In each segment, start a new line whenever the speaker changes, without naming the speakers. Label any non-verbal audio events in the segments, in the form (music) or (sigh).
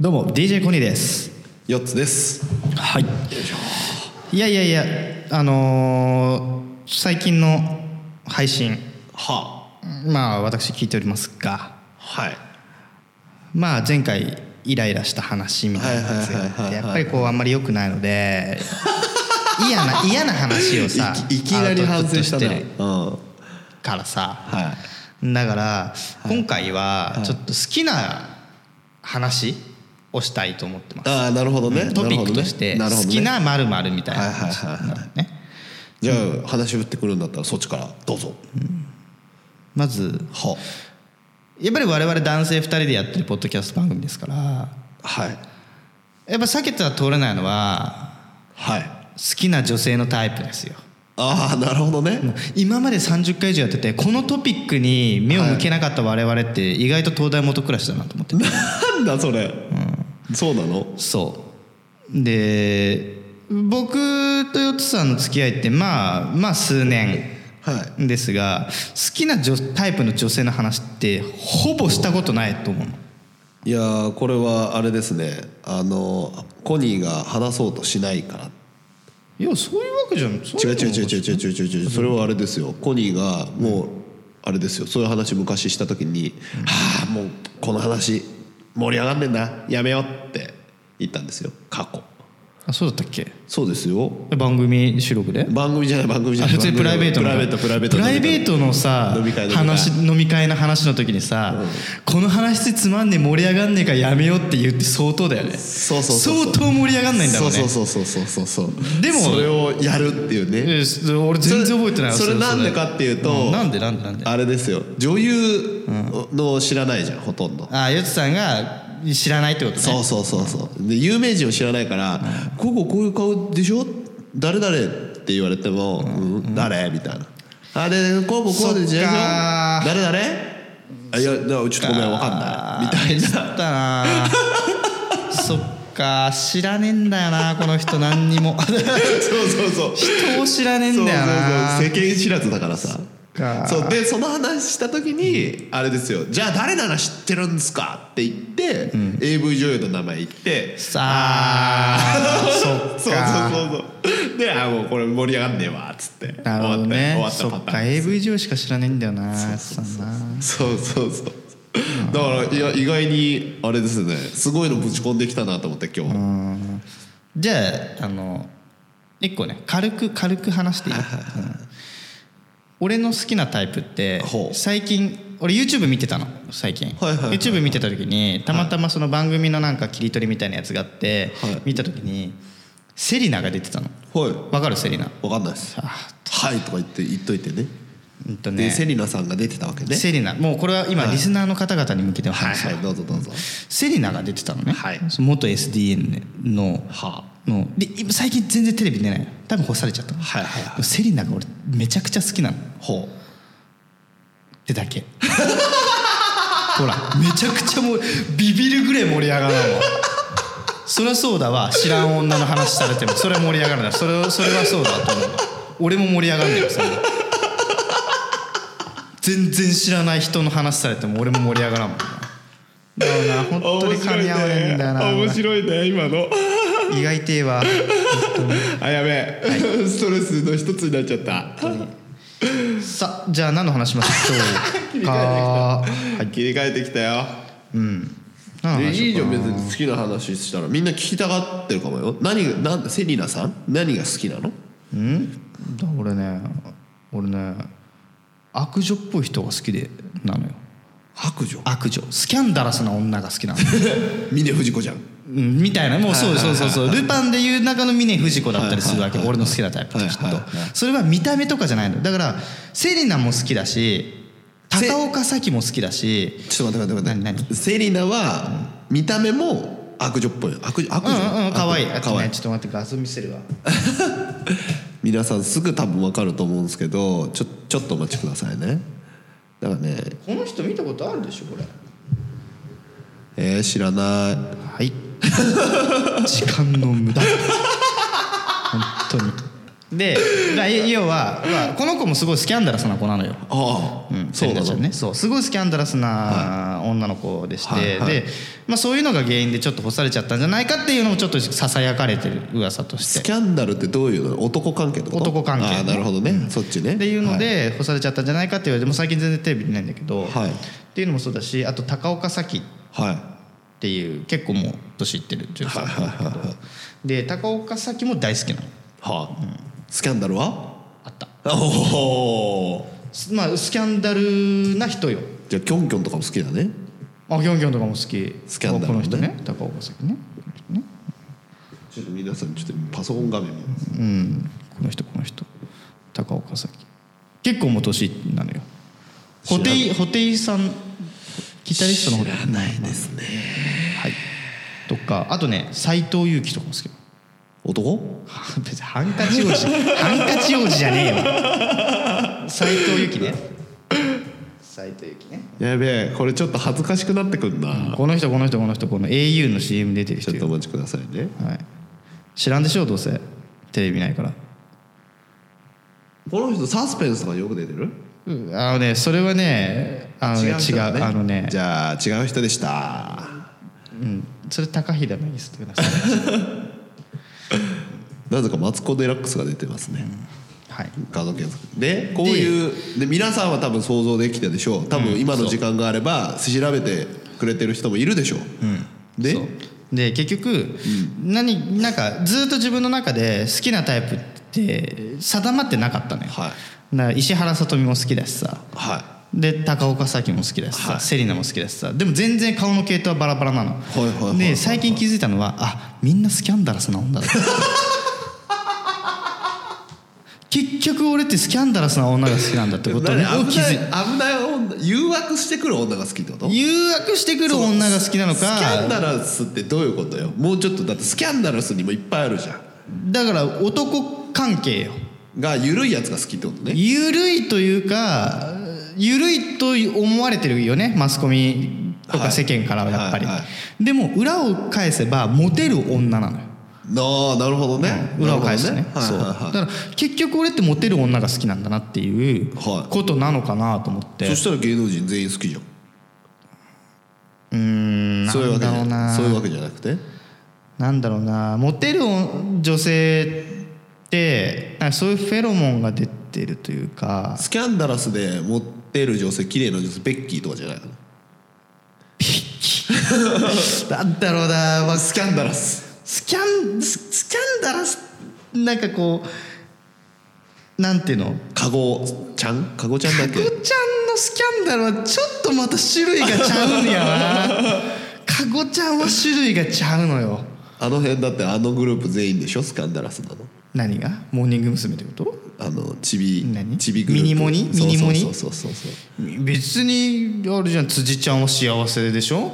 どうも DJ コニーです
四つです。
はいいやいやいやあのー最近の配信
は
まあ私聞いておりますが
あ、はい。
まあ前回イライラした話みたいなやつがあって
はいはいはいはいはい
やっぱりこうあんまり良くないので
(laughs)
嫌な嫌な話をさ
いきいきなり反省した
アウトプット
な。
て
う
る
ん。
からさ
はい。
だから今回はちょっと好きな話をしたいと思ってます
ああ、なるほどね。
トピックとして
な
好
るほどね
き。なまるまるみたいな話
はいはいはい
な
はい
んだよね
じゃあ話振ってくるんだったらそっちからどうぞ。
まず
は
やっぱり我々男性2人でやってるポッドキャスト番組ですから
あ、はい
やっぱ避けては通れないのは
はい。
好きな女性のタイプですよ
ああ、なるほどね。
今まで30回以上やっててこのトピックに目を向けなかった我々って意外と東大元暮らしだなと思ってて
なんだそれ。そうなの。
そうで僕とヨッツさんの付き合いってまあまあ数年
はい。
ですが好きな女タイプの女性の話ってほぼしたことないと思うの
いやーこれはあれですねあのコニーが話そうとしないから
いやそういうわけじゃん違う
違う違う違う違う違う違う違うそれはあれですよコニーがもうあれですよそういう話昔した時に「はあもうこの話盛り上がんねんなやめよう」って言ったんですよ過去
あそうだったっけ
そうですよ
番組収録で
番組じゃない番組じゃ
あ
ない
普通にプライベートの
プライベートプライベート
プライベートのさ
飲み会飲み会
話飲み会の話の時にさ、この話つまんねえ盛り上がんねえからやめようって言って相当だよね
そうそうそうそう
相当盛り上がんないんだろうね
そうそうそうそうそうそうそう
でも
それをやるっていうね
えー俺全然覚えてないわ
それそれなんでかっていうと、
うんなんでなんでなんで
あれですよ女優の知らないじゃんほとんど
あよつさんが知らないってことね
そうそうそうそうで有名人を知らないから「こここういう顔でしょ誰誰?」って言われても「うん誰?」みたいな「あれこうもこうでしょ
そっか
誰誰?」あ「いやだからちょっとごめんわかんない」みたい
だ
な
ったな
(laughs)
そっか知らねえんだよなこの人何にも
(laughs) そうそうそうそう
人を知らねえ
そ
ん
うそう
だよな
世間知らずだからさ
か
そうでその話した時にあれですよ「じゃあ誰なら知ってるんですか?」って言って、AV 女優の名前言って
さあそっか
そうそうそうそうであもうこれ盛り上がんねえわっつって
なるほど
終
ね
わった
そ
終わ
っ
ったパタ
か
ーン
AV 女優しか知らねえんだよなやつさんな
そうそうそうだからいや意外にあれですねすごいのぶち込んできたなと思って今日、
じゃああの一個ね軽く軽く話していい、うん俺の好きなタイプって
ほう
最近俺 YouTube 見てたの最近、
はいはいはい
YouTube 見てた時にたまたまその番組のなんか切り取りみたいなやつがあって、
はい
見た時にセリナが出てたの
はい
わかるセリナ
わかんないです「
あ
はい」とか言って言っといてね
うんと
で
ね
セリナさんが出てたわけね
セリナもうこれは今リスナーの方々に向けてお
はい
話し
はいどうぞどうぞ
セリナが出てたのね、
はい
その元 SDN の
はあ
ので今最近全然テレビ出ないの多分干されちゃったの
はいはいは
セリナが俺めちゃくちゃ好きなのっ
ほう
てだけほらめちゃくちゃもうビビるぐらい盛り上がるのそりゃそうだわ知らん女の話されてもそれは盛り上がるなそれはそれはそうだと思うわ俺も盛り上がんねえよそれ全然知らない人の話されても俺も盛り上がらんもんなだからな本当に噛み合わねえんだよな
面白いね今の
意外とええわ
あやべえ、ストレスの一つになっちゃった
さじゃあ何の話しまし
(laughs)
ょうかはい
切り替えてきたよ
何の
で
話
いいじゃん別に好きな話したらみんな聞きたがってるかもよ何がなんセリナさん何が好きなの
うんだ俺ね俺ね悪女っぽい人が好きでなのよ
白女
悪女スキャンダラスな女が好きなの、
峰不二子じゃん
うん、みたいなもうそうそうそうそうルパンでいう中の峰不二子だったりするわけ
はいは
俺
いは
の
い
好きなタイプってきっと
はいはいはい
それは見た目とかじゃないのだからセリナも好きだし
せ
高岡早紀も好きだし
ちょっと待って待って待って
何何
セリナは見た目も悪女っぽい悪女悪
うん
女
うんうんかわいいあ
悪女
と
可愛
ね
い
ちょっと待って画像見せるわ
皆さんすぐ多分わかると思うんですけどちょちょっとお待ちくださいねだからね
この人見たことあるでしょこれ
えー、知らない
はい時間の無駄本当にでだ要はまあこの子もすごいスキャンダラスな子なのよ、
あ
う
あ、
ん、
そ
セ
うな
リナちゃ
の
んねそうすごいスキャンダラスな女の子でして、
はいはい
で、まあ、そういうのが原因でちょっと干されちゃったんじゃないかっていうのもちょっとささやかれてる噂とし
ス
て
キャンダルってどういうの男関係ってこと
男関係
ああなるほどね、そっちね
っていうので干されちゃったんじゃないかって言われてもう最近全然テレビ出ないんだけど、
はい
っていうのもそうだしあと高岡早紀
はい、はい
っていう結構もう年いってる女優さんなんだけど、で高岡早紀も大好きなの
はあスキャンダルは
あった
おお
すまあスキャンダルな人よ
じゃあキョンキョンとかも好きだね
あギョンギョンとかも好き
スキャンダル
こ
も
の
ね
人ね高岡早紀ね
ちょっと皆さんちょっとパソコン画面見ます
うんこの人この人高岡早紀結構もう年なのよ
知ら
ホ
ん
テイホテイさんギタリストのホテイ
知らないですね
はいとかあとね斎藤佑樹とかも好き
男
は (laughs) 別にハンカチ王子 (laughs) ハンカチ王子じゃねえよ斎藤由貴ね斎藤由貴ね
やべえこれちょっと恥ずかしくなってくんな、
この人この人この人この au の CM 出てる
ち
人
ょっと
よ
お待ちくださいね
はい、知らんでしょどうせテレビないから
この人サスペンスとかよく出てる
うんあのねそれはねあのね違う
人だ
あのね
じゃあ違う人でした
うん、それ高平メイスって言うなさい
なぜかマツコ・デラックスが出てますね、
はい
画像検索でこういうで皆さんは多分想像できたでしょう多分今の時間があれば調べてくれてる人もいるでしょう、で
そうで結局、何なんかずっと自分の中で好きなタイプって定まってなかったのよ、
はい
だから石原さとみも好きだしさ
は
で高岡早紀も好きだしさ、
はい
セリナも好きだしさでも全然顔の系統はバラバラなの、
いはいはいはい
で最近気づいたのはあみんなスキャンダラスな女だ
(laughs)
結局俺ってスキャンダラスな女が好きなんだって
い
ことを
何危
気
な
づ
い
い
危ない女誘惑してくる女が好きってこと
誘惑してくる女が好きなのか
スキャンダラスってどういうことよもうちょっとだってスキャンダラスにもいっぱいあるじゃん
だから男関係よ
が緩いやつが好きってことね
ゆるいというかゆるいと思われてるよねマスコミと
は
か
い
世間からはやっぱり、
はいは
でも裏を返せばモテる女なのよ
ああなるほどね、
裏を返すと
な
ね
るほど
そう
はいは
だ
いはい
から結局俺ってモテる女が好きなんだなっていう
はい
ことなのかなと思って、
そしたら芸能人全員好きじゃん
うん
そういうわけじ
な
ゃ
んだろう
な
な
そういうわけじゃなくて
なんだろうなモテる女性ってなんかそういうフェロモンが出てるというか
(laughs) スキャンダラスで持ってる女性綺麗な女性ベッキーとかじゃないの
なんだろうな、まあ、
スキャンダラス
スキャンススキャンダラスなんかこうなんていうの
カゴちゃんカゴちゃんだっ
カゴちゃん
け
のスキャンダルはちょっとまた種類がちゃうんや
(laughs)
なカゴちゃんは種類がちゃうのよ
あの辺だってあのグループ全員でしょスキャンダラスなの
何がモーニング娘。ってこと
あのチビ
何
チビグループ
ミニモニ
そ
ミ
う
ニモニ
そうそうそうそう
別にあるじゃん辻ちゃんは幸せでしょ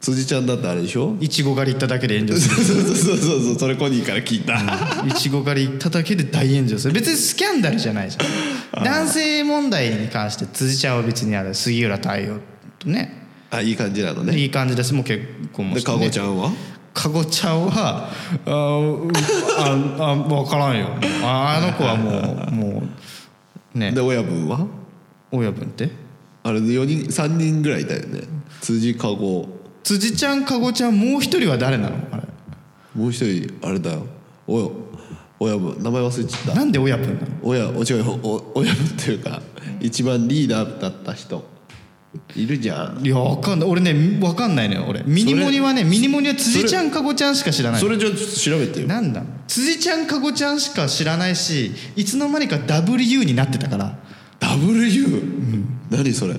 辻ちゃんだってあれでしょ
いちご狩り行っただけで炎上す
そ (laughs)
る
うそうそうそうそうそれコニーから聞いた、
いちご狩り行っただけで大炎上する別にスキャンダルじゃないじ
(laughs)
ゃん男性問題に関して辻ちゃんは別にあれ杉浦太陽とね
あいい感じなのね
いい感じですもう結婚も
で
して、
カ
ね、
ゴちゃ
ん
んは
かごちゃんはあーああ (laughs) 分からんよああの子はもうもうね
で親分は
親分って
あれ四人3人ぐらいいたよね辻カゴ
辻ちゃんかごちゃんもう一人は誰なのあれ
もう一人あれだよおよ親分名前忘れちゃった
なんで親分なの
親お違うお親分っていうか一番リーダーだった人いるじゃん
いやわかんない俺ねわかんないのよ俺ミニモニはねミニモニは辻ちゃんかごちゃんしか知らない
それじゃあちょっと調べてよ
なんだ辻ちゃんかごちゃんしか知らないしいつの間にか W になってたから
W、何それ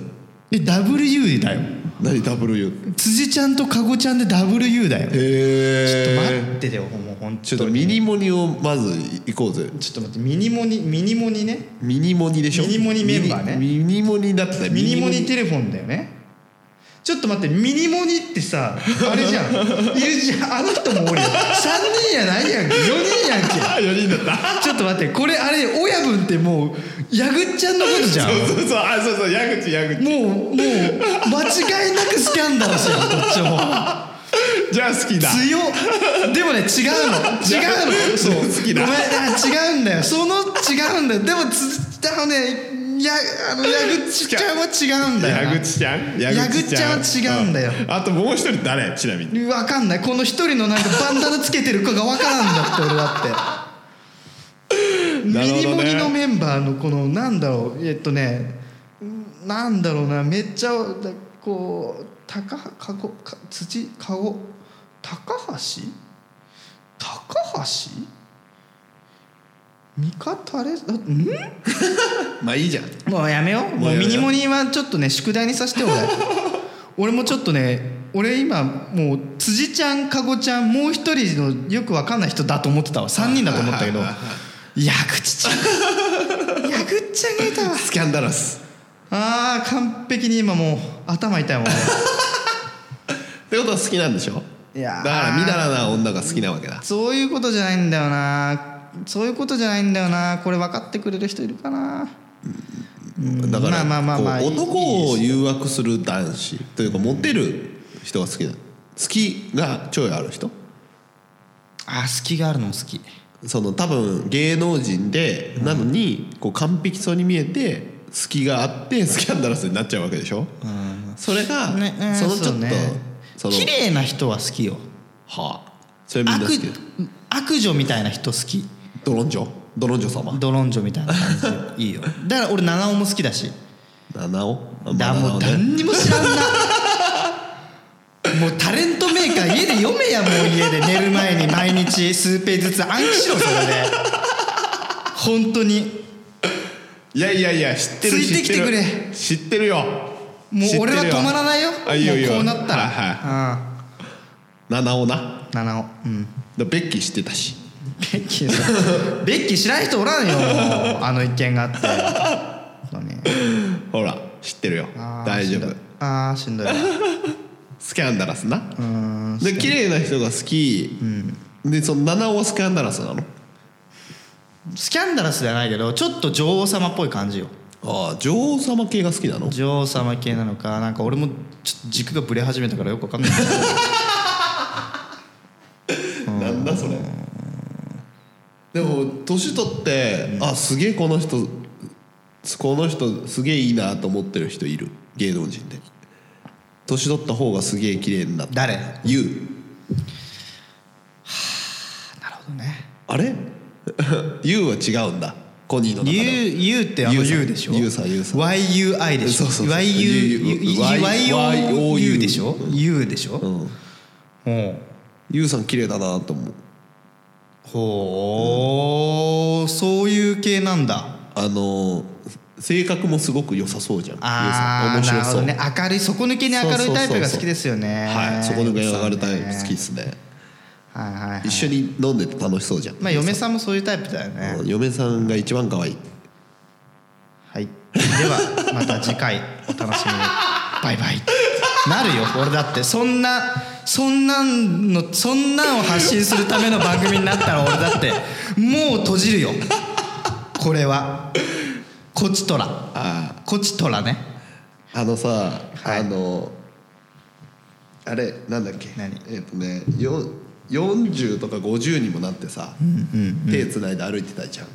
で W だよ
何 W
辻ちゃんとかごちゃんで W だよ
へえ
待っててよもうほん
ちょ
と
っとミニモニをまず行こうぜ
ちょっと待ってミニモニミニモニね
ミニモニでしょ
ミニモニメンバーね
ミニミニモニだってたよ
ミニモニテレフォンだよねちょっと待ってミニモニってさあれじゃ
(laughs)
んいるじゃんあの人もおるよ3人やないやんけ4人やんけ
あ4人だった
ちょっと待ってこれあれ親分ってもうヤグっちゃんのことじゃんも
そうそうあそうそう矢口矢口
うもう間違いなくスキャンダルスやんこっちも
じゃあ好きだ
強っでもね違うの違うのそう
好きだ
ごめんあ違うんだよその違うんだよでもつあのねやあの矢口ちゃんは違うんだよな
矢口ちゃん
矢口ちゃんは違うんだよ
あともう一人誰ちなみに
わかんないこの一人のなんかバンダナつけてる子がわからんだって俺だって、
な
ミ
るほ
ニ
どね
モニのメンバーのこのなんだろうえっとねんなんだろうなめっちゃだこう高はかごか土かご高橋高橋味方あれあん
まあいいじゃん
もうやめようも
もう
う
やめよう
ミニモニはちょっとね宿題にさせて俺 (laughs) 俺もちょっとね俺今もう辻ちゃんかごちゃんもう一人のよくわかんない人だと思ってたわ3人だと思ったけど
はいはい
矢口ちゃん矢口ちゃんがいたわ
スキャンダラス
あー完璧に今もう頭 (laughs) 痛いもんね
ってことは好きなんでしょ
いやー
だからみだらな女が好きなわけだ
そういうことじゃないんだよなそういうことじゃないんだよなこれ分かってくれる人いるかな
だから、
まあまあまあまあ
こう
いい
男を誘惑する男子というかモテる人が好きだ好きがちょいある人
あー隙があるのも好き
その多分芸能人でなのにこう完璧そうに見えて隙があってスキャンダラスになっちゃうわけでしょ、それが、
ねうん
そのち
う
ょっとそ,、
ね
の
綺麗な人は好きよ
はあそれみんな好
悪
きだ
悪女みたいな人好き
ドロンジョドロンジョ様
ドロンジョみたいな感じいいよだから俺七尾も好きだし
七尾
だ
まあ
もう
七尾ね
何にも知らんなもうタレントメーカー家で読めやもう家で寝る前に毎日数ページずつ暗記しろそれで本当に
いやいやいや知ってる
ついてきてくれ
知ってる知ってるよ
もう俺は止まら
い
ないよ
あいいよいいよ
もうこうなったら、
はい
は
七尾な
うん、七尾うん
だベッキー知ってたし
ベッキーさんベッキー知らん人おらんよもうあの一件があってそうね
ほら知ってるよ
あー
大丈
しん
夫
どいあーしんどいわ
スキャンダラスな
うーん
で綺麗な人が好き、でその七尾はスキャンダラスなの
スキャンダラスではないけどちょっと女王様っぽい感じよ
ああ女王様系が好きなの
女王様系なのかなんか俺もちょっと軸がぶれ始めたからよくわ
(laughs)
かんない
なんだそれでも年取って、あすげえこの人この人すげえいいなと思ってる人いる芸能人で年取った方がすげえ綺麗になった
誰
言う
なるほどね
あれ (laughs) 言うは違うんだコニーの中では
U, U ってあの
U
U でしょ
U さん U さん
YUI でしょ
そうそうそう Y-
YUYOU でしょ U でし
う
ょ
ん
ほう
ゆうさん綺麗だなと思う
ほうそういう系なんだ
あのー性格もすごく良さそうじゃん
ああ
ゆう
な
さん
る
面白
ほ
そう
どね明るい底抜けに明るいタイプが好きですよね
はいそこで上がるタイプ好き
ね
ですね
はいはいはい
一緒に飲んでて楽しそうじゃん
まあ嫁さんもそういうタイプだよね
うん嫁さんが一番可愛い
はい、ではまた次回お楽しみにバイバイなるよ俺だってそんなそんなんのそんなんを発信するための番組になったら俺だってもう閉じるよこれはこちとら
あ
こちとらね
あのさ、
はい
あのあれなんだっけ
何
えっ、とねよ40とか50にもなってさ、手つないで歩いてたじゃん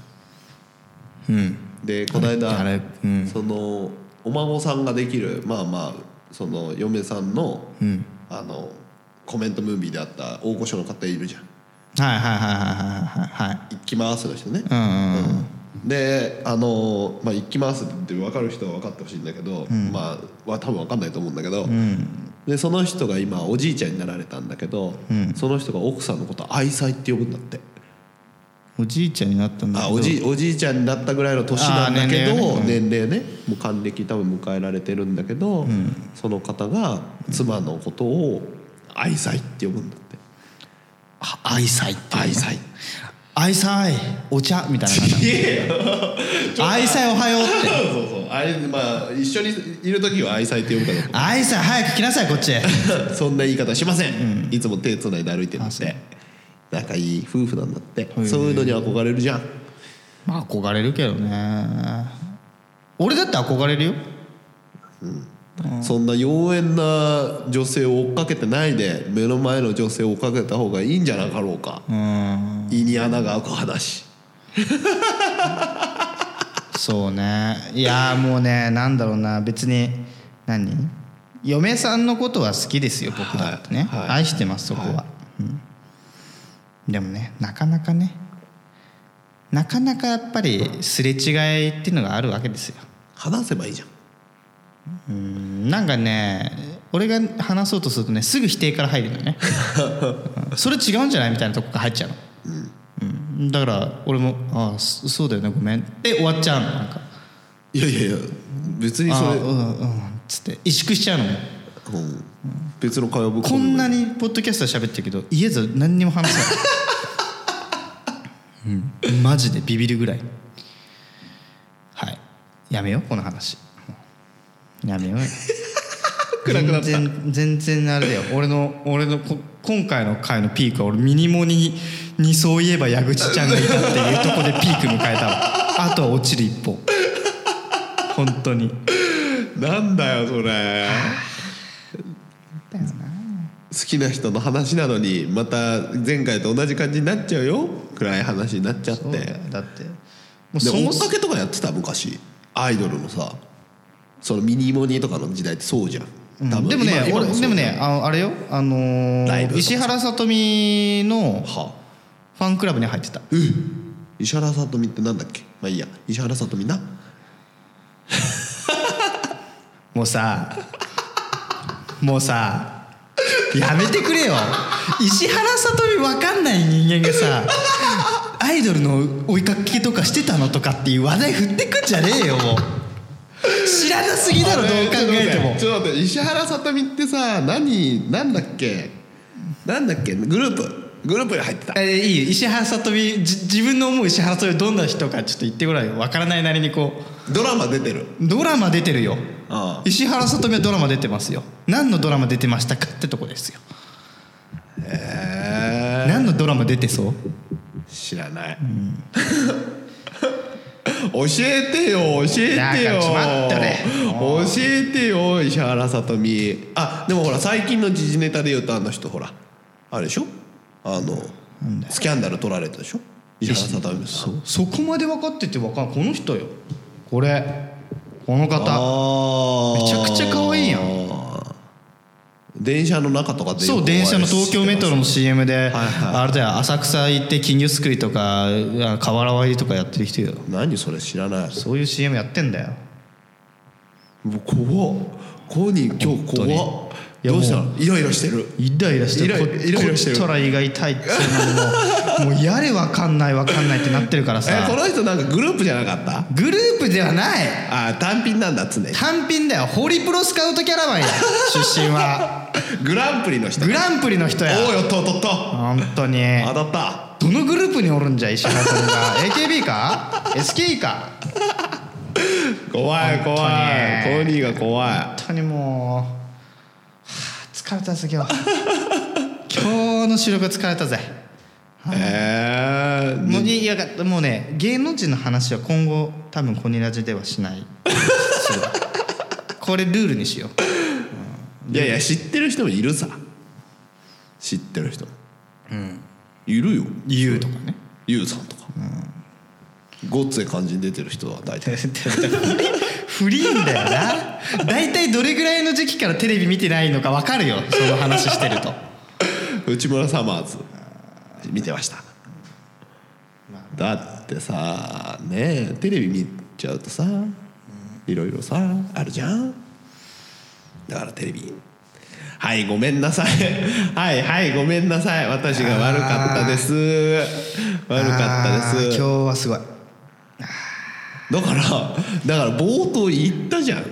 うん
でこの間
あれあれうん
そのお孫さんができるまあまあその嫁さんの,、
うん
あのコメントムービーであった大御所の方いるじゃん
はいはいはいはいはいはいはい
「行きます」の人ね、
うんうんうん
であのまあ「行きます」って分かる人は分かってほしいんだけど、まあは多分分かんないと思うんだけど、でその人が今おじいちゃんになられたんだけど、その人が奥さんのこと愛妻って呼ぶんだって、
おじいちゃんになったんだけ
あ
ど
おじいおじいちゃんになったぐらいの年なんだけど
あー
年
年
齢
齢
ね
ね
もう還暦多分迎えられてるんだけど、その方が妻のことを愛妻って呼ぶんだって
あ愛妻っていう
愛妻
愛妻お茶みたいな感じ愛妻おはようって
そうそうそうあれまあ一緒にいる時は愛妻って呼ぶかどうか
愛さん早く来なさいこっちへ
(laughs) そんな言い方しません、いつも手つないで歩いてるん
あ
っ
そう
て仲いい夫婦なんだって
え
そういうのに憧れるじゃん
まあ憧れるけどね俺だって憧れるよ、
そんな妖艶な女性を追っかけてないで目の前の女性を追っかけた方がいいんじゃなかろうか
うん
胃に穴が開く話
そうねいやーもうねなんだろうな別に何嫁さんのことは好きですよ僕だってね、
はいはい
愛してますそこは、うんでもねなかなかねなかなかやっぱりすれ違いっていうのがあるわけですよ
話せばいいじゃん
うんなんかね俺が話そうとするとねすぐ否定から入るのよねうんそれ違うんじゃないみたいなとこから入っちゃうの、うんだから俺も「ああそそうだよねごめん」で終わっちゃうのなんか
いやいやいや別にそ
あ
れ
ーうんうんっつって萎縮しちゃうのも
うん別の会話ぶっ込
こん
む
なにポッドキャストで喋ってるけど家じゃ何にも話さ
(laughs)
ない、うん、マジでビビるぐらいはいやめようこの話やめようよ
(laughs) 暗くなった
全然全然あれだよ俺の俺のこ今回の回のピークは俺ミニモニにそういえば矢口ちゃんがいたっていうとこでピーク迎えた
(laughs)
わあとは落ちる一歩本当に
なんだよそれ好きな人の話なのにまた前回と同じ感じになっちゃうよ暗い話になっちゃっ
そうだよ
て
だってもう
で
そ
追
も
っ
そも
かけとかやってた昔アイドルのさそのミニモニとかの時代ってそうじゃん多分
でもね
今今
俺
そう
でもねああれよあのー
ライブとか
石原さとみの
は
ファンクラブに入ってた
石原さとみってなんだっけまあいいや石原さとみな
もう
(laughs)
さもうさやめてくれよ石原さとみ分かんない人間がさアイドルの追いかけとかしてたのとかっていう話題振ってくんじゃねえよもう知らなすぎだろどう考えても
ちょっと待って石原さとみってさ何なんだっけなんだっけグループグループに入ってた
えーいいよ石原さとみじ自分の思う石原さとみはどんな人かちょっと言ってごらんよ分からないなりにこう
ドラマ出てる
ドラマ出てるよ
あ
石原さとみはドラマ出てますよ何のドラマ出てましたかってとこですよ
へ
何のドラマ出てそう
え知らない、 (laughs) 教えてよ教えて
なん
よ
か決まったね
教えてよ石原さとみあでもほら最近の時事ネタで言うとあの人ほらあれでしょあのスキャンダル取られたでしょ石原さとみさん
そうそこまで分かってて分かんこの人よこれこの方
あー
めちゃくちゃ可愛いやん
電車の中とかでよく
そう電車の
お会いし
東
て
京メトロの CM で
はいはい
あれだよ浅草行って金魚すくいとかあ瓦割りとかやってる人よ
何それ知らない
そういう CM やってんだよ
もう怖っコニー今日
当に
怖っ
いや
どうした
も
のイライラしてる
イライラしてる
イライ
こ
イライラしてる
こったら胃が痛いっていうのももうやれ分かんない分かんないってなってるから (laughs)
えそ
さ
の人なんかグループじゃなかった
グループではない
あー単品なんだ常に
単品だよホリプロスカウトキャラバンや出身は
グランプリの人
グランプリの人や
おおよととと
本当に
当たった
どのグループにおるんじゃ石原君が AKB か SKE か
怖い
本
怖い
当に
コニーが怖い
本当にもうはあ疲れたぜ今日今日の収録は疲れたぜ
え
もういやがもうね芸能人の話は今後多分コニラジではしないするわこれルールにしよう
いやいや知ってる人もいるさ知ってる人もいるよ
YOU とかね
ゆうさんとか、ごっつい感じに出てる人は大体
(laughs) フリーんだよな大体どれぐらいの時期からテレビ見てないのか分かるよその話してると
内村サマーズ見てましただってさねえテレビ見ちゃうとさいろいろさあるじゃんだからテレビはいごめんなさい (laughs) はいはいごめんなさい私が悪かったです (laughs) 悪かったで
あー
す
今日はすごい
だからだから冒頭言ったじゃん、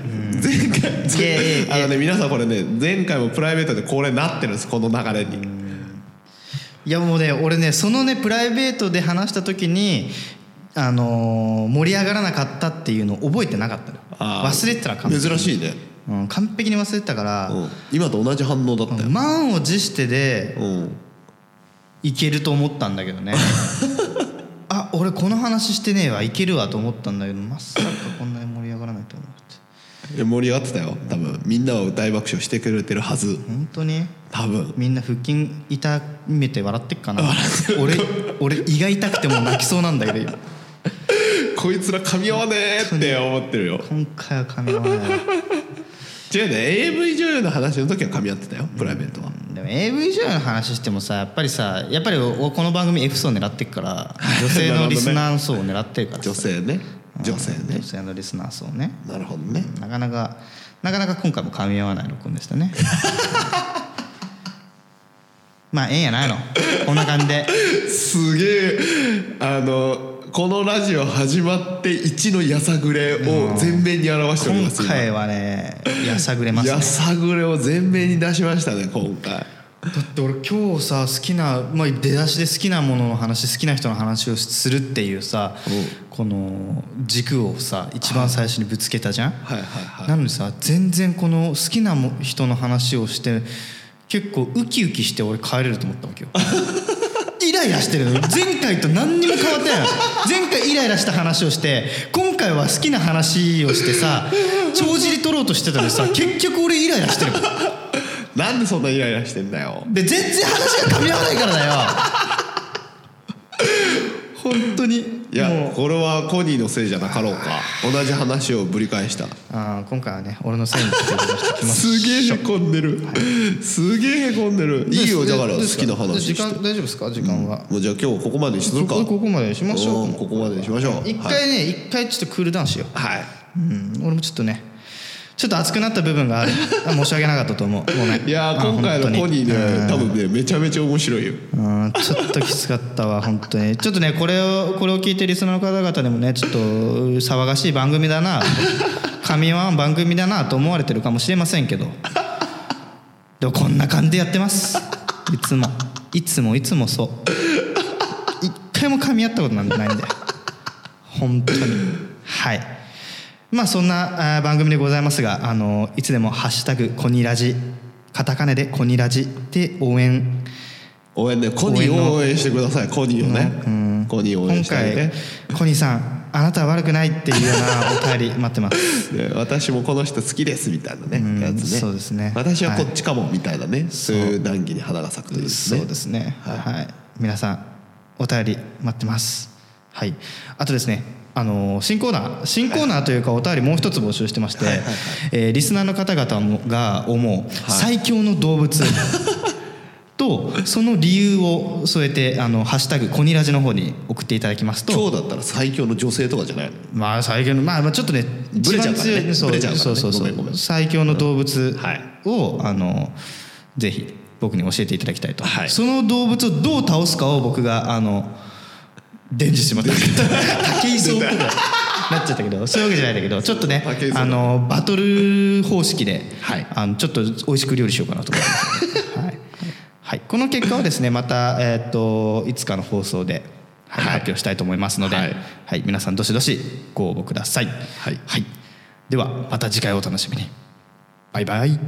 前回
いやいやいや
あのね皆さんこれね前回もプライベートでこれなってるんですこの流れに、
いやもうね俺ねそのねプライベートで話した時にあのー盛り上がらなかったっていうのを覚えてなかったの
あー
忘れてたら完璧
珍しいね、
うん、完璧に忘れてたから、
うん、今と同じ反応だったよ、
満を持してで
うん、
いけると思ったんだけ
(laughs)
どねあ俺この話してねえわいけるわと思ったんだけどまさかこんなに盛り上がらないと思って
いや盛り上がってたよ多分みんなは大爆笑してくれてるはず
本当に
多分 (laughs)
みんな腹筋痛めて笑ってっかな俺俺胃が痛くてもう泣きそうなんだけど今
こいつら噛み合わねえって思ってるよ
今回はかなわない
違うね AV 女優の話の時は噛み合ってたよプライベートは
でも AV 女優の話してもさやっぱりさやっぱりおこの番組 F 層狙ってっから女性のリスナー層を狙ってるからさ
女性ね女性ね
女性のリスナー層ね
なるほどね
なかなかなかなか今回も噛み合わない録音でした
(laughs)
ねまあええんやないのこんな感じ
(laughs)
です
げえあのこのラジオ始まって1のやさぐれを全面に表しておりま
今
す今
回はねやさぐれますね
やさぐれを全面に出しましたね今回
だって俺今日さ好きな、まあ、出だしで好きなものの話好きな人の話をするっていうさ
うん
この軸をさ一番最初にぶつけたじゃん、
はいはいはい
なのにさ全然この好きなも人の話をして結構ウキウキして俺帰れると思ったわ
(laughs)
けよイライラしてるの前回と何にも変わってないの前回イライラした話をして今回は好きな話をしてさ帳尻取ろうとしてたのにさ結局俺イライラしてるもん
なんでそんなイライラしてんだよ
で全然話が噛み合わないからだよ本当に
いや
もう
これはコニーのせいじゃなかろうか同じ話をぶり返した
あー今回はね俺のせいにしてきます
(laughs) すげえへこんでるすげえへこんでるいいよだから好きな話
時
して
間大丈夫ですか時間は、
もうじゃあ今日ここまでにす
そ
るか
こここまでにしましょ
うん
う
ここまでにしましょう
一
はい
回ね一、回ちょっとクールダウンしよ、
はいう
うん、俺もちょっとねちょっと熱くなった部分がある (laughs) あ申し訳なかったと思うごめん
いや
あ
ー今回
本
の
当に
コニー
う
ね
ん
多分ねめちゃめちゃ面白いよ
うんちょっときつかったわ (laughs) 本当にちょっとねこれをこれを聞いてるリスナーの方々でもねちょっと騒がしい番組だな神み合わん番組だなと思われてるかもしれませんけどでもこんな感じでやってますいつもいつもいつもそう一回も噛み合ったことなんてないんで本当にはいまあそんなあー番組でございますがあのいつでも「ハッシュタグコニラジ」カタカナでコニラジで応援
応援ねコニーを応援してくださいコニーをねコニーを応
今
援してあげ
回、
て
コニーさんあなたは悪くないっていうようなお便り待って
(laughs)
ます
で私もこの人好きですみたいな
うん
ねやつね
そうですね
私はこっちかもみたいなねそういう談義に花が咲くといいですね
そうですねは、
はいい
皆さんお便り待ってますはいあとですねあのー新コーナー新コーナーというかお便りもう一つ募集してまして、えーリスナーの方々もが思う最強の動
(laughs)
物とその理由を添えて「あのハッシュタグコニラジ」の方に送っていただきますと
今日だったら最強の女性とかじゃないの
まあ最強のまあまあちょっとね
ブレちゃうからね
一番強いそう
ブレちゃうからね
そうそうそう
ごめんごめん
最強の動物
はい
を、あのぜひ僕に教えていただきたいと、
はい
その動物をどう倒すかを僕があの伝授してもらった武井壮っぽくなっちゃったけどそういうわけじゃないんだけどちょっとね
武井壮
あのバトル方式で、
はい
あのちょっと美味しく料理しようかなと思います、はいはい、この結果をですねまた、えー、といつかの放送で、はい
はい
発表したいと思いますので、
はい
はい、皆さんどしどしご応募ください。
はい
ではまた次回お楽しみに。バイバイ。